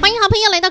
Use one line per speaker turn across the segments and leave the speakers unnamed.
欢迎好朋友来到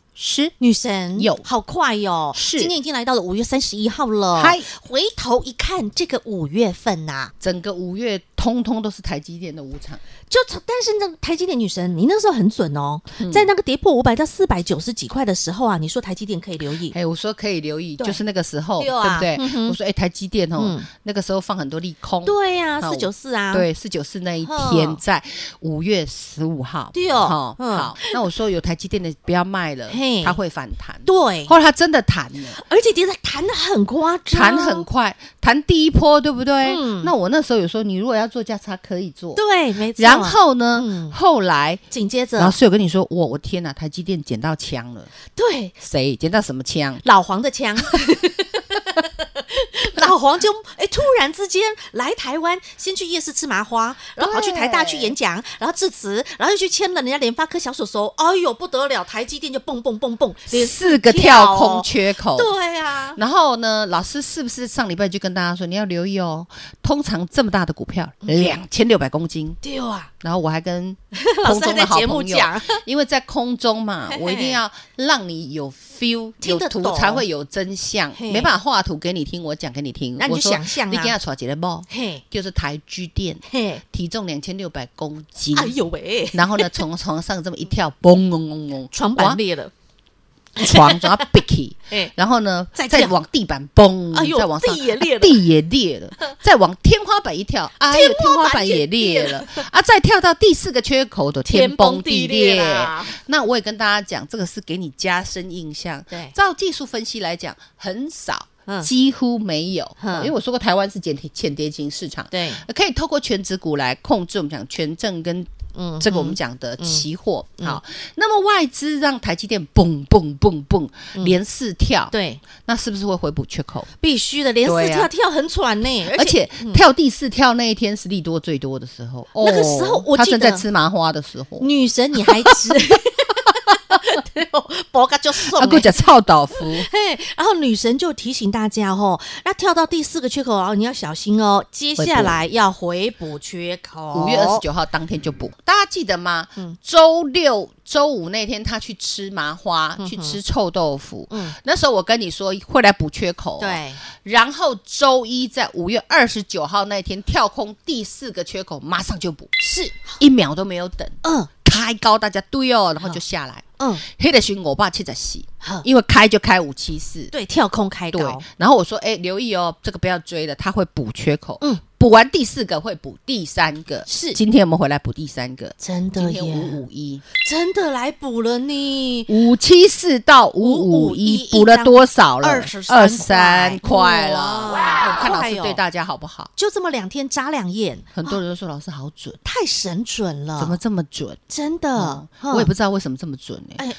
师。
女神
有
好快哟、
是
今天已经来到了五月三十一号了。
嗨，
回头一看，这个五月份呐、
哦整个五月通通都是台积电的舞场，
就从但是那个台积电女神，你那时候很准哦，在那个跌破五百到四百九十几块的时候啊，你说台积电可以留意，
哎，我说可以留意，
对
就是那个时候，
对
对
啊
不对
嗯哼？
我说哎，台积电哦
嗯，
那个时候放很多利空，
对呀、啊，
好
四九四啊，，
对，四九四那一
呵
天在五月十五号，
对哦
好
嗯
好，那我说有台积电的不要卖了
嘿，
它会反弹，
对，
后来它真的弹了。
而且跌的弹的很夸张，
弹很快，弹第一波，对不对？
嗯
那我那时候有说，你如果要做价差，可以做。
对，没错。
然后呢，
嗯啊
后来
紧接
老
着，
师有跟你说，我我天哪，台积电捡到枪了，
对，
谁捡到什么枪？
老黄的枪。 老黄就哎、突然之间来台湾，先去夜市吃麻花，然后跑去台大去演讲，然后致辞，然后又去签了人家联发科小手手，哎呦不得了，台积电就蹦蹦蹦蹦，连
四个跳空缺口。
对啊，
然后呢，老师是不是上礼拜就跟大家说，你要留意哦？通常这么大的股票，
嗯
两千六百公斤，
丢啊，
然后我还跟
老
空
师还在
中的好
节目
朋友
讲，
因为在空中嘛
嘿嘿，
我一定要让你有 feel，
听
有
得
图
懂
才会有真相，
嘿
没办法画图给你听，我讲给你听，
那你就
我说
想象啊
你给他耍几个包，
嘿
就是台积电，
嘿，
体重两千六百公斤，
哎呦喂，
然后呢，从床上这么一跳，嘣嗡嗡嗡，
床
哇
板裂了，
床床要 b i
哎
然后呢，
再
再
跳
往地板崩，
哎呦
再往上
地也裂了
地也 裂了，再往天花板一跳，哎呦，天花板也裂了啊！再跳到第四个缺口的
天
天崩
崩地
地
裂
裂
啦。
那我也跟大家讲，这个是给你加深印象。
对
照技术分析来讲，很少
嗯，
几乎没有，
嗯
因为我说过台湾是潜跌潜跌型市场，
对，
可以透过全指股来控制我们讲权证跟
嗯
这个我们讲的期货。
嗯
好，那么外资让台积电蹦蹦蹦蹦连四跳，
嗯对，
那是不是会回补缺口？
必须的，连四
对
跳
啊
跳很喘呢、
而且跳第四跳那一天是利多最多的时候，
嗯那个时候
哦
我
他
记得嗯
正在吃麻花的时候，
女神你还 吃，对哦，薄嘎就送、
啊，给我讲臭豆腐。
嘿， 然后女神就提醒大家哦，那跳到第四个缺口哦，你要小心哦，接下来要回补缺口。
五月二十，九号当天就补，大家记得吗
哦嗯？
周六、周五那天他去吃麻花，去吃臭豆腐。
嗯
那时候我跟你说会来补缺口、。哦
对，
然后周一在五月二十九号那天跳空第四个缺口，马上就补，
是，
一秒都没有等，
嗯
开高大家对哦，然后就下来。
嗯，
黑的寻我爸气在洗，
好，
因为开就开五七四。
对，跳空开
对
高，，
然后我说，哎，留意哦，这个不要追了，它会补缺口。
嗯，
补完第四个会补第三个。
是
今天我们回来补第三个。
真
今
的
天
耶，
五五一
真的来补了呢。
五七四到五五
551
一，补了多少了？
23
23块了。
哇
哇看老
好快哦
师对大家好不好？
就这么两天眨两眼，
很多人都说老师好准，
太神准了，
怎么这么准？
真的
嗯？我也不
知
知道为什么这么准呢
哎。道，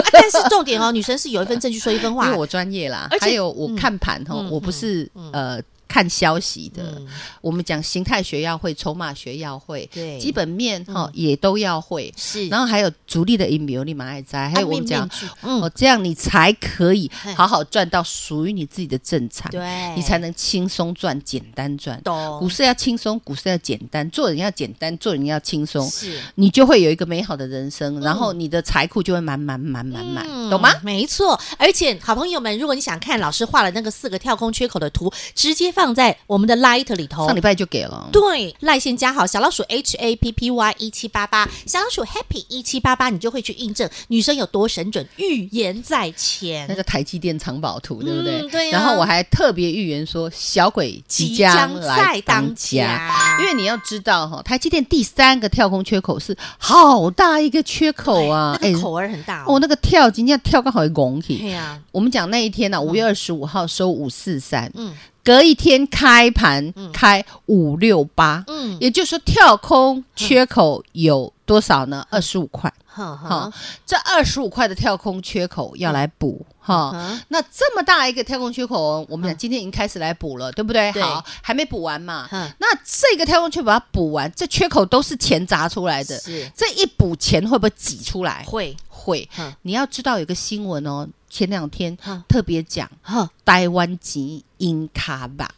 啊但是重点哦，女神是有一份证据说一分
因
话
为，我专业啦
而，且
还有我看盘哈，
嗯
我不是呃。看消息的，我们讲形态学要会，筹码学要会，
对嗯
基本面哈也都要会，
是，
然后还有主力的疫苗立马爱摘，还有我们讲
啊，面面俱嗯，
哦，这样你才可以
嘿
好好赚到属于你自己的正常，
对，
你才能轻松赚、简单赚。
懂，
股市要轻松，股市要简单，做人要简单，做人要轻松，
是
你就会有一个美好的人
嗯
生，然后你的财库就会满满满满满，懂吗？
没错，而且好朋友们，如果你想看老师画了那个四个跳空缺口的图，直接放在我们的 Light 里头
上。礼拜就给了。
对，赖先加好小老鼠 H A P P Y 一七八八，小老鼠 Happy 一七八八，你就会去印证女生有多神准，预言在
那
前。
个台积电藏宝图，对不对？
嗯对啊
然后我还特别预言说，小鬼即将来
再
当
当
家，
家，
因为你要知道哈，台积电第三个跳空缺口是好大一个缺口啊！
那个口儿很大
哎，哦，那个跳，今天跳刚好一拱
对啊
起。
呀，
我们讲那一天呢、5五月二啊十五号收五四三，
嗯
隔一天开盘
嗯
开五六八，
嗯，
也就是说跳空缺口有多少呢？
嗯
二十五块。
好
哈，这二十五块的跳空缺口要来补哈。
嗯
那这么大一个跳空缺口，我们讲今天已经开始来补了，对不对？
对
好，还没补完嘛。
哼
那这个跳空缺口把它补完，这缺口都是钱砸出来的。
是
这一补钱会不会挤出来？
会，
会
哼。
你要知道有个新闻哦，前两天
哼
特别讲
哈
台湾籍英卡吧，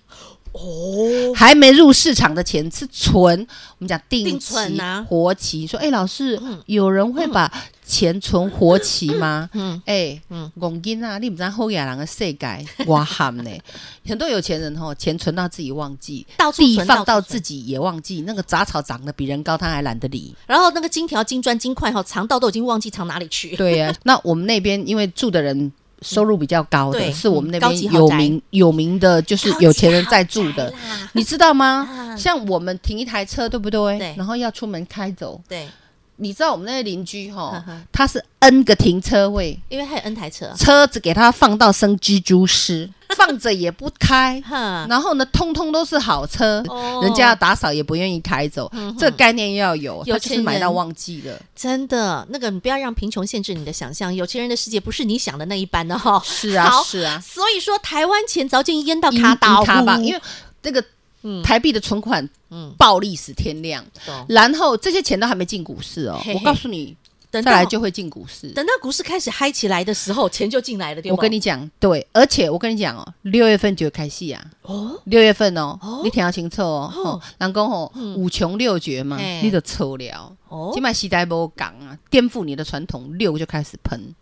哦，
还没入市场的钱是存，我们讲定
定
期、
存啊
活期。说，哎、老师，
嗯
有人会把钱存活期吗？
嗯
哎、嗯
嗯，
戆囡啊，你不知道后亚人的世界哇喊呢， 很多有钱人吼，钱存到自己忘记，
到处
地
存
放到
到
自
自己，
己也忘记，那个杂草长得比人高，他还懒得 理。
然后那个金条、金砖、金块哈，藏到都已经忘记藏哪里去。
对呀、那我们那边因为住的人。收入比较高的
对
是我们那
嗯高级
边
豪
有
宅
名有名的，就是有钱人在住的
高，级豪宅 啦
你知道吗？
啊
像我们停一台车，对不对？
对
然后要出门开走，
对，
你知道我们那个邻居哈
呵呵，啊
他是 N 个停车位，
因为还有 N 台车，
车子给他放到生蜘蛛丝， 放着也不开。
哈，
然后呢，通通都是好车，
啊哦
人家要打扫也不愿意开走，
嗯哼
这个概念要有，
有
他就是
钱
买到
人
忘记了。
真的，那个你不要让贫穷限制你的想象，有钱人的世界不是你想的那一般的哈、
是啊，
好
是啊，
所以说，台湾钱早就淹到
因
卡达
因卡吧，因
为
为那个
嗯
台币的存款
嗯，
暴利史天量，
懂。
然后这些钱都还没进股市哦。
嘿
我
嘿
告诉你，
等
再来
到
就会进股市。
等到股市开始嗨起来的时候，钱就进来了，对
我跟
你
你讲，对，而且我跟你讲哦，六月份就会开戏啊。
哦，
六月份哦，
哦
你听要清楚
哦
哦。
嗯
吼人讲哦，五穷六绝嘛，
嘿
你就错了。
哦
今麦时代无讲啊，颠覆你的传统，六就开始喷，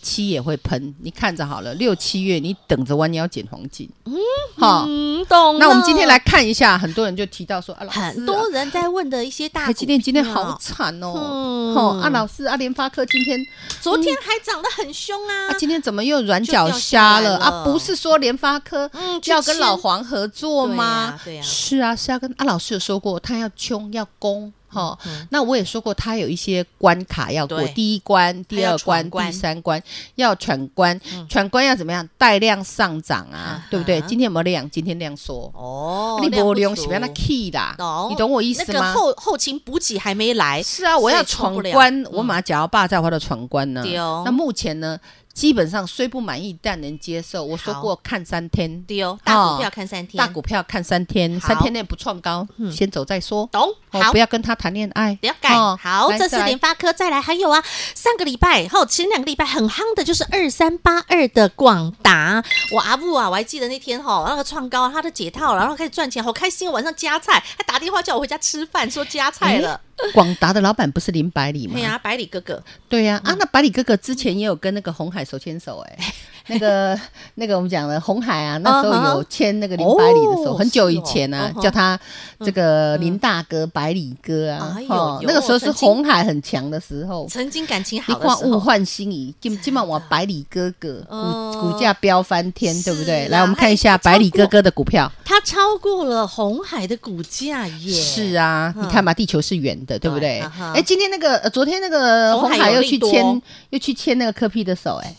七也会喷。你看着好了，六七月你等着弯腰捡黄金。嗯，好。
嗯，懂了。
那我们今天来看一下，很多人就提到说啊，老师啊，
很多人在问的一些大
台
股，
积电今天好惨哦。
嗯
哦，啊，老师啊，联发科今天
昨天还涨得很凶啊
啊，，今天怎么又软
就
脚
掉
虾
下来
了啊？
了
不是说联发科
嗯去
要跟
签
老黄合作吗？
对呀对呀
是啊，是要跟啊。老师有说过，他要冲要攻哈。那我也说过，他有一些关卡要过，
嗯对
第一关、第
要
二
闯
关、第
关嗯
三关要闯关，闯关要怎么样？带量上涨啊，对不对？
啊哈
今天有没有量？今天量缩。啊
哦，
你
量
没
不
量
足
是不要那 key 啦
懂，，
你懂我意思
那个
吗？
后后勤补给还没来，
是啊，我要
所以冲
闯
不了
关，嗯我马脚要霸在我的闯关呢
对哦。
那目前呢，基本上虽不满意，但能接受。我说
好
过，看三天，
丢大
哦
股票看三天，
大股票看三天，
好
三天内不创高，先走再说。
懂
哦
好
不。要跟他谈恋爱。
了解，
哦
好，
来
这是
再来
联发科，再来还有啊，上个礼拜还有前两个礼拜很夯的就是二三八二的广达，我阿布啊，我还记得那天哈、那个创高，他的解套，然后开始赚钱，好开心，晚上加菜，还打电话叫我回家吃饭，说加菜了，
广达的老板不是林百里
哎
吗？
呀，百里哥哥，
对呀，
嗯
啊，那百里哥哥之前也有跟那个红海手牵手，哎，那个那个我们讲的红海啊，那时
嗯
候
哼
有牵那个林百里的手，
哦
很久以前啊
是哦嗯，哼
叫他这个林大哥、百里哥啊
哎，呦
哦，
有
那个时候是
曾经
红海很强的时候。
曾经感情
你
好的
看
时
物
候，
换星移，今今晚我百里哥哥
嗯
股股价飙翻天，对不对？
是
来，
啊
我们看一下
哎超过
百里哥哥的股票。
他超过了红海的股价耶，
是啊，
嗯
你看嘛，地球是圆的，对不对
对啊？哈
哎，今天那个呃昨天那个红
红海
海
有
又
利
去
多
牵又去牵那个科 P 的手，哎，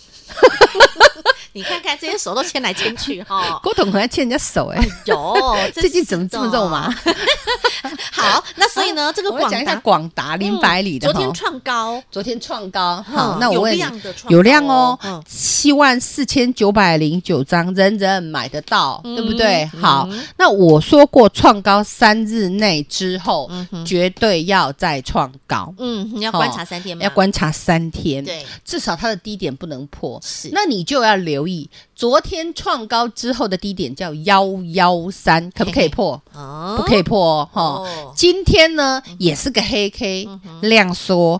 你看看这些手都牵来牵去 哈、
郭董很爱牵人家手，
哦
哎，
有，
最近怎么这么肉麻啊
嘛？？好，哦那所以呢，这个
我们
广
讲一下
达
广达零百里
嗯
的
昨天
哈。
创高，
昨天创高，
嗯
好，那我
有
问你
量的，创
有量
高
哦
哦嗯，
七万四千九百零九张，人人买得到，对不对？
嗯
好，那我说过，创高三日内之后，绝对要再创高，
嗯，你要
哦
观察三天嘛，
要观察三天，
对，
至少它的低点不能破。
是
那你就要留意，昨天创高之后的低点叫幺幺三，可不可以破？
哦
不可以破哦，哈、
哦嗯
今天呢也是个黑 K，量缩，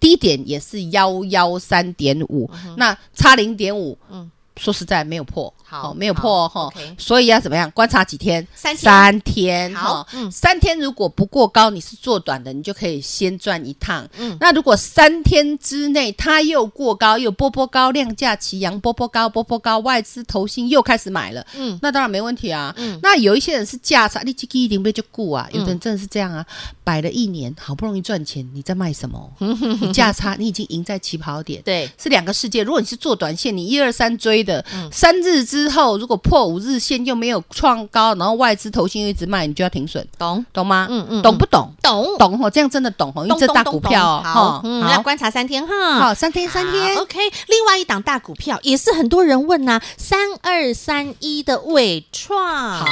低点也是幺幺三点五，那差零点五
嗯。
说实在没有破，
好
哦没有破
好
哈
OK，
所以要怎么样？观察几天？
三天
三天
好
哈
嗯，
三天如果不过高，你是做短的，你就可以先赚一趟。
嗯
那如果三天之内它又过高，又波波高，量价齐扬，波波高，波波高，外资投信又开始买了，
嗯
那当然没问题啊。
嗯
那有一些人是价差，你这个一定被就顾啊，有的人真的是这样啊，摆了一年，好不容易赚钱，你在卖 什么？你价差，你已经赢在起跑点。
对，
是两个世界。如果你是做短线，你一二三追的，
嗯
三日之后如果破五日线又没有创高，然后外资投信又一直卖，你就要停损，
懂
懂吗？
嗯嗯
懂不懂？
懂
懂哦，这样真的懂哦，因为
咚
这
咚
大
咚
股
咚
票哦，
好
哈，
嗯，要
好，
观察三天哈。
好，三天三
好
天，
OK，另外一档大股票也是很多人问呐、啊三二三一的伟创，，
好，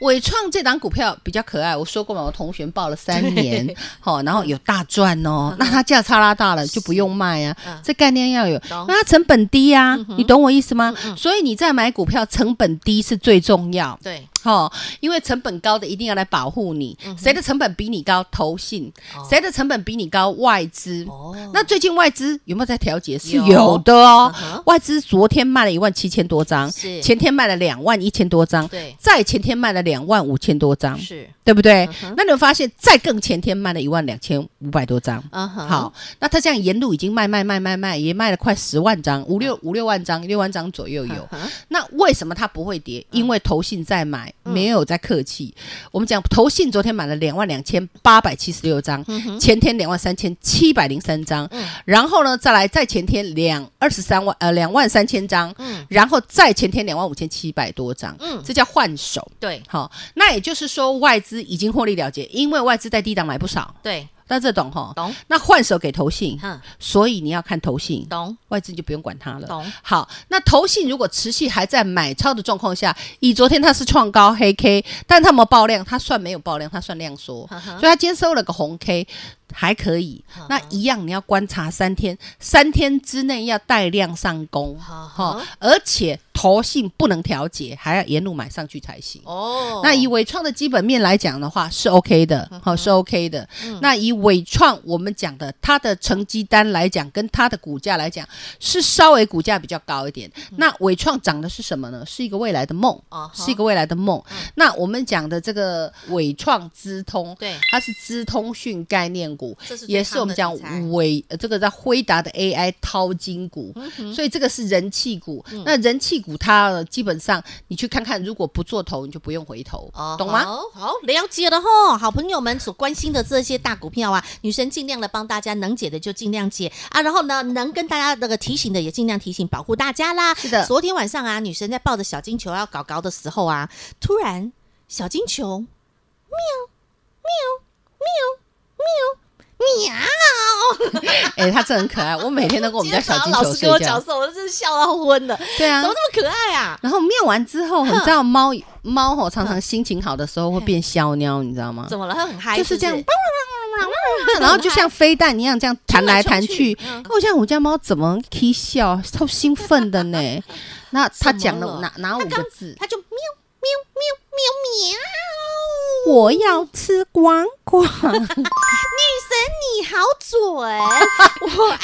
伟创这档股票比较可爱，我说过嘛，我同学报了三 年，好，然后有大赚哦，那它价差拉大了就不用卖啊
嗯，
这概念要有，
懂嗯
那它成本低啊，你懂我意思吗？所以你在买股票，成本低是最重要。
对，
哦，因为成本高的一定要来保护你，谁的成本比你高？投信，
嗯哦
谁的成本比你高？外资。
哦，
那最近外资有没有在调节？是
有
有的哦
嗯哼。
外资昨天卖了一万七千多张，
是
前天卖了两万一千多张，
对
再前天卖了两万五千多张，
是，
对不对
嗯哼？
那你会发现，再更前天卖了一万两千五百多张。
嗯哼，
好，那它这样沿路已经卖卖卖卖卖，也卖了快十万张，五六五六万张，六万张左右有。
嗯哼，嗯
那为什么它不会跌？因为投信在买，没有在客气。我们讲投信昨天买了两万两千八百七十六张，
嗯
前天两万三千七百零三张，然后呢再来再前天两二十三万呃两万三千张，
嗯
然后再前天两万五千七百多张，
嗯
这叫换手。
对
好、那也就是说外资已经获利了结，因为外资在低档买不少，
对，
大家这懂哈？
懂，
那换手给投信，
哼，
所以你要看投信，
懂，
外资就不用管它了。
懂，
好，那投信如果持续还在买超的状况下，以昨天它是创高黑 K，但它有没有爆量？它算没有爆量，它算量缩，
嗯哼
所以它今天收了个红 K，还可以。那一样你要观察三天，三天之内要带量上攻，
嗯
哈、
哼
而且投信不能调节，还要沿路买上去才行。
哦，
那以伟创的基本面来讲的话，是 OK 的，好、是 OK 的。
嗯
那以伟创我们讲的它的成绩单来讲，跟它的股价来讲，是稍微股价比较高一点。
嗯
那伟创涨的是什么呢？是一个未来的梦，
啊哈
是一个未来的梦。那我们讲的这个伟创资通，
对
它是资通讯概念股
这是，最
也是我们
夯的
讲
题材
伟呃这个在辉达的 AI 淘金股，
嗯
所以这个是人气股。那人气股它呃基本上你去看看，如果不做头，你就不用回头，懂吗？
哦好，好了解了吼，好朋友们所关心的这些大股票啊，女生尽量的帮大家能解的就尽量解啊，然后呢，能跟大家那个提醒的也尽量提醒，保护大家啦。
是的
昨天晚上啊，女生在抱着小金球要搞搞的时候啊，突然小金球喵喵喵喵喵。
哎、它真的很可爱，我每天都跟我们家 小金
今天早上
球
老师跟我
睡
讲
觉
的。时候，我真是笑到昏了。
对啊
怎么，那么可爱啊？
然后喵完之后，你知道猫猫吼常常心情好的时候会变小喵，你知道吗？
怎么了？它很嗨，
就是
不
这样， 然后就像飞弹一样这样弹来弹去哦
冲来冲去嗯。
我像我家猫怎么可以笑，超兴奋的呢。那它讲了哪哪五个字？
它就喵喵喵喵喵。
我要吃光光。
女神你好准，我爱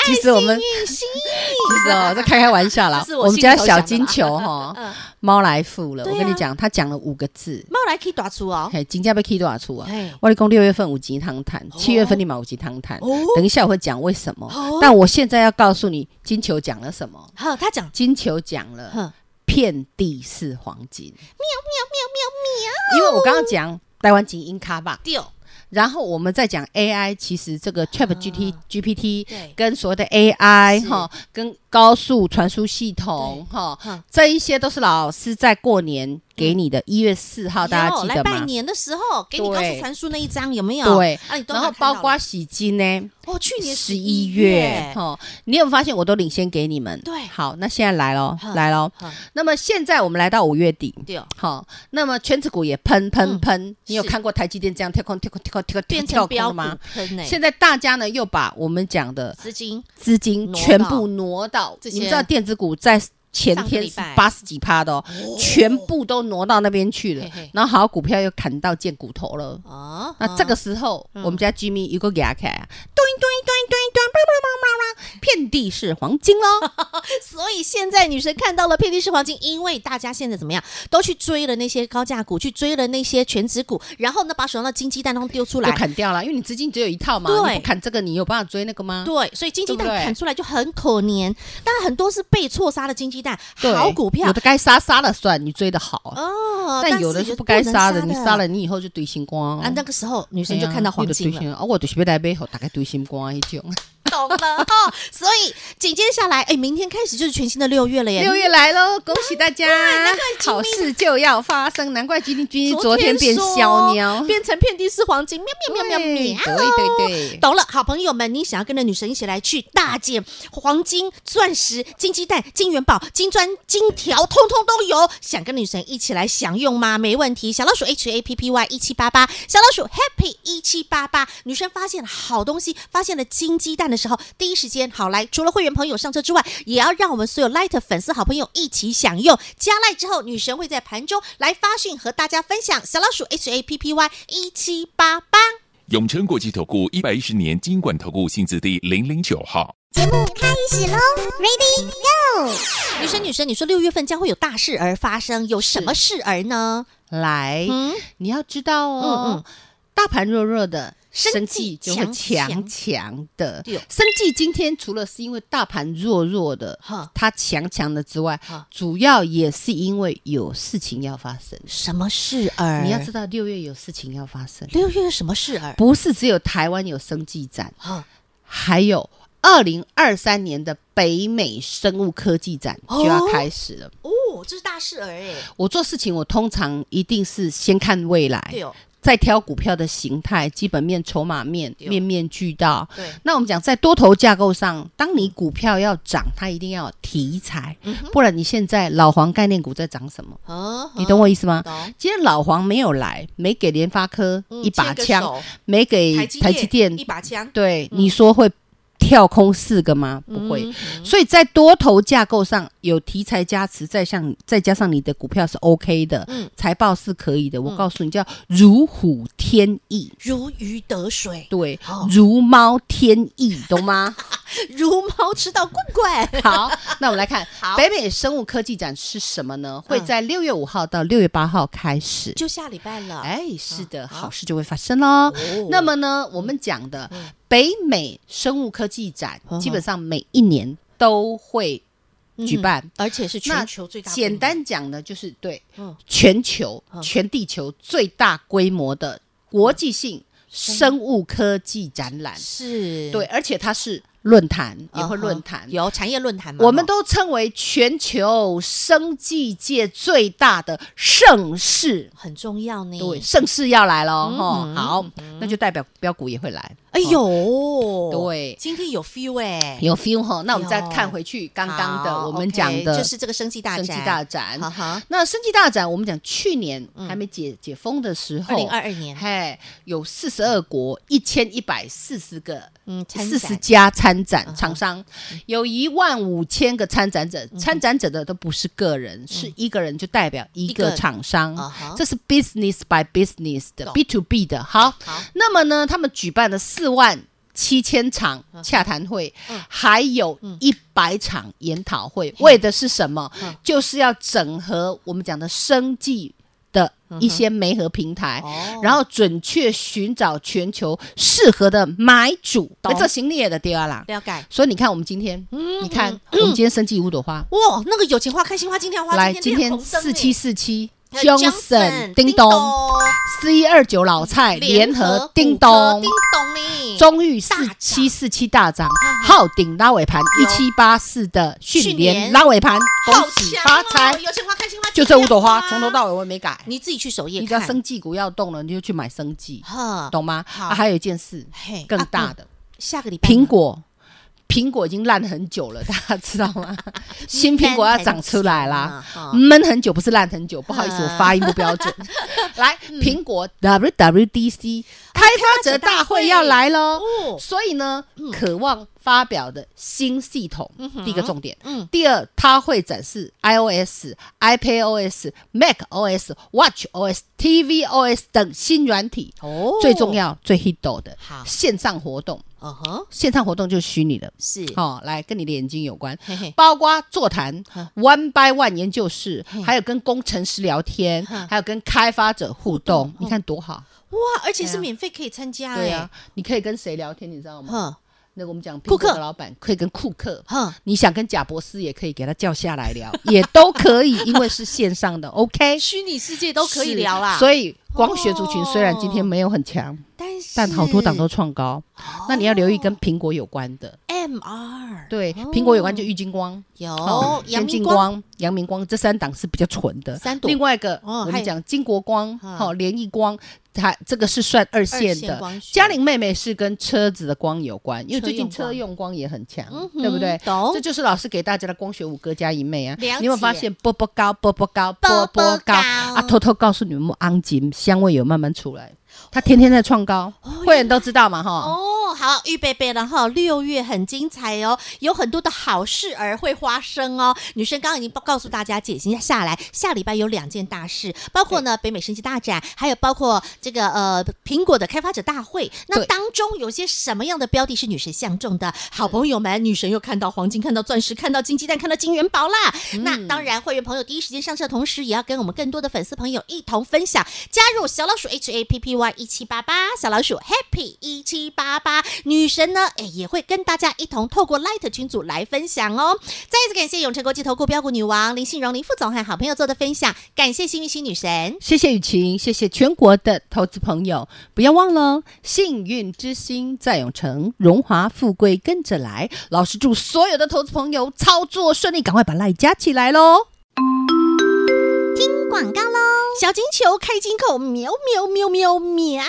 其
幸
实我们
运星。
其实哦，在开开玩笑啦
这是。我
我们
心里头
家小
想的
金
啦
球哈，
嗯，
猫来富了。
对啊
我跟你讲，它讲了五个字。
猫来可以打出哦。
嘿，金价被 K 多少出啊
嘿？
我跟你讲六月份五级汤谈，七月份你买五级汤谈。
哦
等一下我会讲为什么
哦，
但我现在要告诉你金球讲了什么。
呵，他讲
金球讲
哼
了，遍地是黄金。
喵
因为我刚刚讲台湾精英卡吧，
喵喵喵，
然后我们再讲 AI，其实这个 Chat G T G P T
啊对
跟所谓的 AI
是
哈，跟高速传输系统
嗯
哈，这一些都是老师在过年给你的。一月四号大家
嗯有
记
哦来
得
拜
吗？
年的时候给你
对
高速传输那一张有没有？
对
啊，你，都
然后
拿看到
包
了
括洗金呢，
哦，去年
十
十一
一月哦
月，
哈，你有没有发现我都领先给你们？
对
好，那现在来喽
嗯，
来喽。
呵
那么现在我们来到五月底，
对哦，
好、那么全指股也喷喷喷，你有
嗯是
看过台积电这样跳空跳空跳空跳空
变
跳
成
空的
标股
吗？
喷呢，
现在大家呢又把我们讲的
资金
资金
挪
全
到
部挪到，
这
你们
些
知道电子股在前
上个
天
礼
是
拜
八十几趴的哦，全部都挪到那边去了
嘿嘿，
然后好股票又砍到见骨头了。
哦，
那这个时候，我们家 Jimmy 一个给他开啊，咚咚咚咚咚，叭叭叭叭叭，遍地是黄金 喽！
所以现在女神看到了遍地是黄金，因为大家现在怎么样，都去追了那些高价股，去追了那些全值股，然后呢，把手上的金鸡蛋都丢出
就
来。
砍掉了，因为你资金只有一套嘛，
对
你不砍这个，你有办法追那个吗？
对，所以金鸡蛋
对不对
砍出来就很可怜，但很多是被错杀的金鸡蛋，
对
好股票
有的该杀杀了算，你追的好，
哦，
但有的
是
是不该
能
杀的，你杀了你以后就堆心光
啊，那个时候女
女
生就看到黄金了。
了，哦，我就是要来买好，大概堆心肝一 种。
懂了哈、所以紧接下来，哎，明天开始就是全新的六月了耶。
六月来喽，恭喜大家
难怪！吉米
好事就要发生，难怪吉林君
你
昨天变
说嗯
小鸟，
变成遍地是黄金，喵喵喵喵
对
喵。
对对对
懂了，好朋友们，你想要跟着女神一起来去大捡黄金、钻石、金鸡蛋、金元宝、金砖、金条，通通都有。想跟女神一起来享用吗？没问题。小老鼠 H A P P Y 一七八八，小老鼠 Happy 一七八八。女生发现了好东西，发现了金鸡蛋的时候，第一时间好来，除了会员朋友上车之外，也要让我们所有 Light 粉丝好朋友一起享用。加赖之后，女神会在盘中来发讯和大家分享。小老鼠 H A P P Y 一七八八。
永诚国际投顾一百一十年金管投顾性质第零零九号。
女生，女生，你说六月份将会有大事儿发生，有什么事儿呢？
来，
嗯，
你要知道
嗯
哦
嗯，
大盘弱弱的。
生
生
计
计就会
强强
强强的
对哦，
生计今天除了是因为大盘弱弱的
哈，
它强强的之外
哈，
主要也是因为有事情要发生。
什么事儿？
你要知道，六月有事情要发生，
六月什么事儿？
不是只有台湾有生技展，
啊，
还有二零二三年的北美生物科技展
哦
就要开始了。
哦，这是大事儿哎，
我做事情，我通常一定是先看未来
对，哦，
再挑股票的形态、基本面、筹码面，
对哦
面面俱到。
对，
那我们讲，在多头架构上，当你股票要涨，它一定要有题材，
嗯
不然你现在老黄概念股在涨什么？
啊，
你懂我意思吗？
懂？
今天老黄没有来，没给联发科
嗯
一把
牵个
枪
手，
没给台积电
一把嗯枪，
对，你说会跳空四个吗？
嗯
不会。所以在多头架构上有题材加持，再上再加上你的股票是 OK 的，
嗯
财报是可以的。我告诉你，叫如虎添翼。
如鱼得水，
对
哦，
如猫添翼，懂吗？
如猫吃到棍棍。
好，那我们来看
好
北美生物科技展是什么呢？会
嗯
在六月五号到六月八号开始。
就下礼拜了，
哎，是的，
嗯好
好事就会发生喽
哦。
那么呢，我们讲的北美生物科技展
嗯，
基本上每一年都会举办。
而且是全球嗯最大规模，
简单讲呢，就是对
嗯
全球
嗯、
全地球最大规模的国际性生物科技展览。
嗯是，
对，而且它是论坛，
嗯哼，
也会论坛。
有产业论坛嘛？
我们
都
都称为全球生技界最大的盛事。
很重要呢。
对，，盛世要来了哈、
嗯
好，那就代表标股也会来。
哎
哦，
呦，
对
今天有 feel 哎，
有 feel 哈。那我们再
有
看回去刚刚
好
的我们
OK，
讲的
就是这个生计大
生
展，
技大展
哈。哈，
那生技大展，我们讲去年还没解解封的时
嗯二
候，
零二二年，
嘿，有四十二国一千一百四十个。
嗯，参
四十
展嗯
家参展厂商，有一万五千个参展者，参展者的都不是个人，是一个人就代表一
嗯一
个
个
厂商
啊哈，
这是 business by business 的
懂
B to B 的。好
好，
那么呢，他们举办了四万。七千场洽谈会，还有一百场研讨会，为的是什么？就是要整合我们讲的生计的一些媒合平台，
哦
然后准确寻找全球适合的买主。
懂
哎这行李也得丢啊啦。
了解。
所以你看，我们今天，你看我们今天生计五朵花，
哇，那个友情花、开心花、金条花，
来，嗯今
亮
天
红灯
四
哎
七四七
呃
欸 Johnson 叮咚，四一二九老蔡联合叮
骨科
咚
叮。咚哎呢，
中裕四
大涨嗯
七四七大涨，昊鼎拉尾盘一七八四的
迅
迅
联
联拉尾盘，恭
好
喜
强
发
哦
财！
友情花、开心花，
就这五朵花
金条，
从头到尾我也没改。
你自己去首页
你
看，
只要生技股要动了，你就去买生技，
呵，
懂吗？
好
啊，还有一件事
嘿
更
啊
大
嗯
的，
下个礼拜
苹果，苹果已经烂很久了，大家知道吗？新苹果要长出来
烂很
啦
久啊，
闷很久不是烂很久，不好意思，
嗯
我发音不标准。来，苹果 WWDC 开发者大会要来喽
哦，
所以呢，渴望发表的新系统，第一个重点。
嗯
第二，它会展示 iOS、iPadOS、macOS、watchOS、tvOS 等新软体。
哦
最重，要、最 hit 的
好
线上活动，
嗯哼，
线上活动就是虚拟的，
是，
哦，来跟你的眼睛有关，
嘿嘿
包括座谈
嗯、
one by one 研究室，还有跟工程师聊天，
嗯
还有跟开发者互
哦
动，你看多好！
哇，而且是
对啊
免费可以参加，哎
对啊，，你可以跟谁聊天，你知道吗？
哼
那个我们讲
库
库
克
克的老板可以跟库克。
哼，
你想跟贾博士也可以给他叫下来 聊，也都可以，因为是线上的，OK，
虚拟世界 都可以聊啦，
是所以光学族群虽然今天
哦
没有很强，
但是哦
但好多档都创高。那你要留意跟苹果有关的，
MR
对，
哦
苹果有关就郁金光。
有哦阳
先
明
进
光，
光、阳明光这三档是比较纯的
三，朵
另外一个
哦
我
还
们
有
讲金国光、
嗯
好联益光，它这个是算二线
线
的
光学。
嘉玲妹妹是跟车子的光有关，因为最近
车用光
车用光也很强
嗯，哼
对不对？
懂
这就是老师给大家的光学五哥加一妹啊。
了
你
解
有没有发现波波高、波波高、
波波
波波
高
高啊？偷偷告诉你们，安金香味有慢慢出来，它天天在创高，会员都知道嘛哈。
哦，好，预备备了哈，六月很精彩哦，有很多的好事儿会发生哦。女生刚刚已经告告诉大家，解析下来，下礼拜有两件大事，包括呢北美升级大展，还有包括这个呃苹果的开发者大会。那
对
当中有些什么样的标的是女神相中的？好朋友们，女神又看到黄金，看到钻石，看到金鸡蛋，看到金元宝啦。那当然，会员朋友第一时间上车，同时也要跟我们更多的粉丝朋友一同分享，加入小老鼠 H A P P Y 一七八八，小老鼠 Happy 一七八八，女神呢，哎，也会跟大家一同透过 Light 群组来分享哦。再一次感谢永诚国际投顾标股女王林信荣林副总和好朋友做的分享，感谢幸运星女神。
谢谢雨晴，谢谢全国的投资朋友，不要忘了哦，幸运之星在永城，荣华富贵跟着来。老师祝所有的投资朋友操作顺利，赶快把赖加起来喽！
广告喽！小金球开金口，喵喵喵喵喵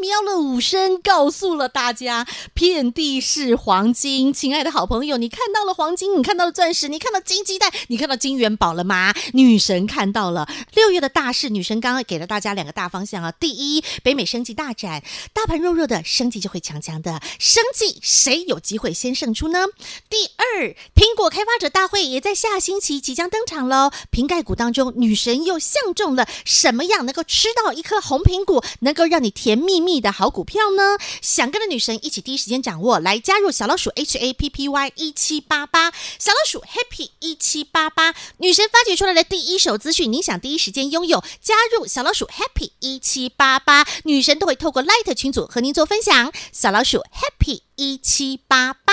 喵了五声，告诉了大家，遍地是黄金。亲爱的好朋友，你看到了黄金，你看到了钻石，你看到金鸡蛋，你看到金元宝了吗？女神看到了。六月的大事，女神刚刚给了大家两个大方向啊。第一，北美升级大展，大盘弱弱的，升级就会强强的。升级谁有机会先胜出呢？第二，苹果开发者大会也在下星期即将登场喽。瓶盖股当中，女神又相中了什么样能够吃到一颗红苹果，能够让你甜蜜蜜的好股票呢？想跟着女神一起第一时间掌握，来加入小老鼠 H A P P Y 一七八八，小老鼠 Happy 一七八八，女神发掘出来的第一手资讯，您想第一时间拥有，加入小老鼠 Happy 一七八八，女神都会透过 Light 群组和您做分享。小老鼠 Happy 一七八八。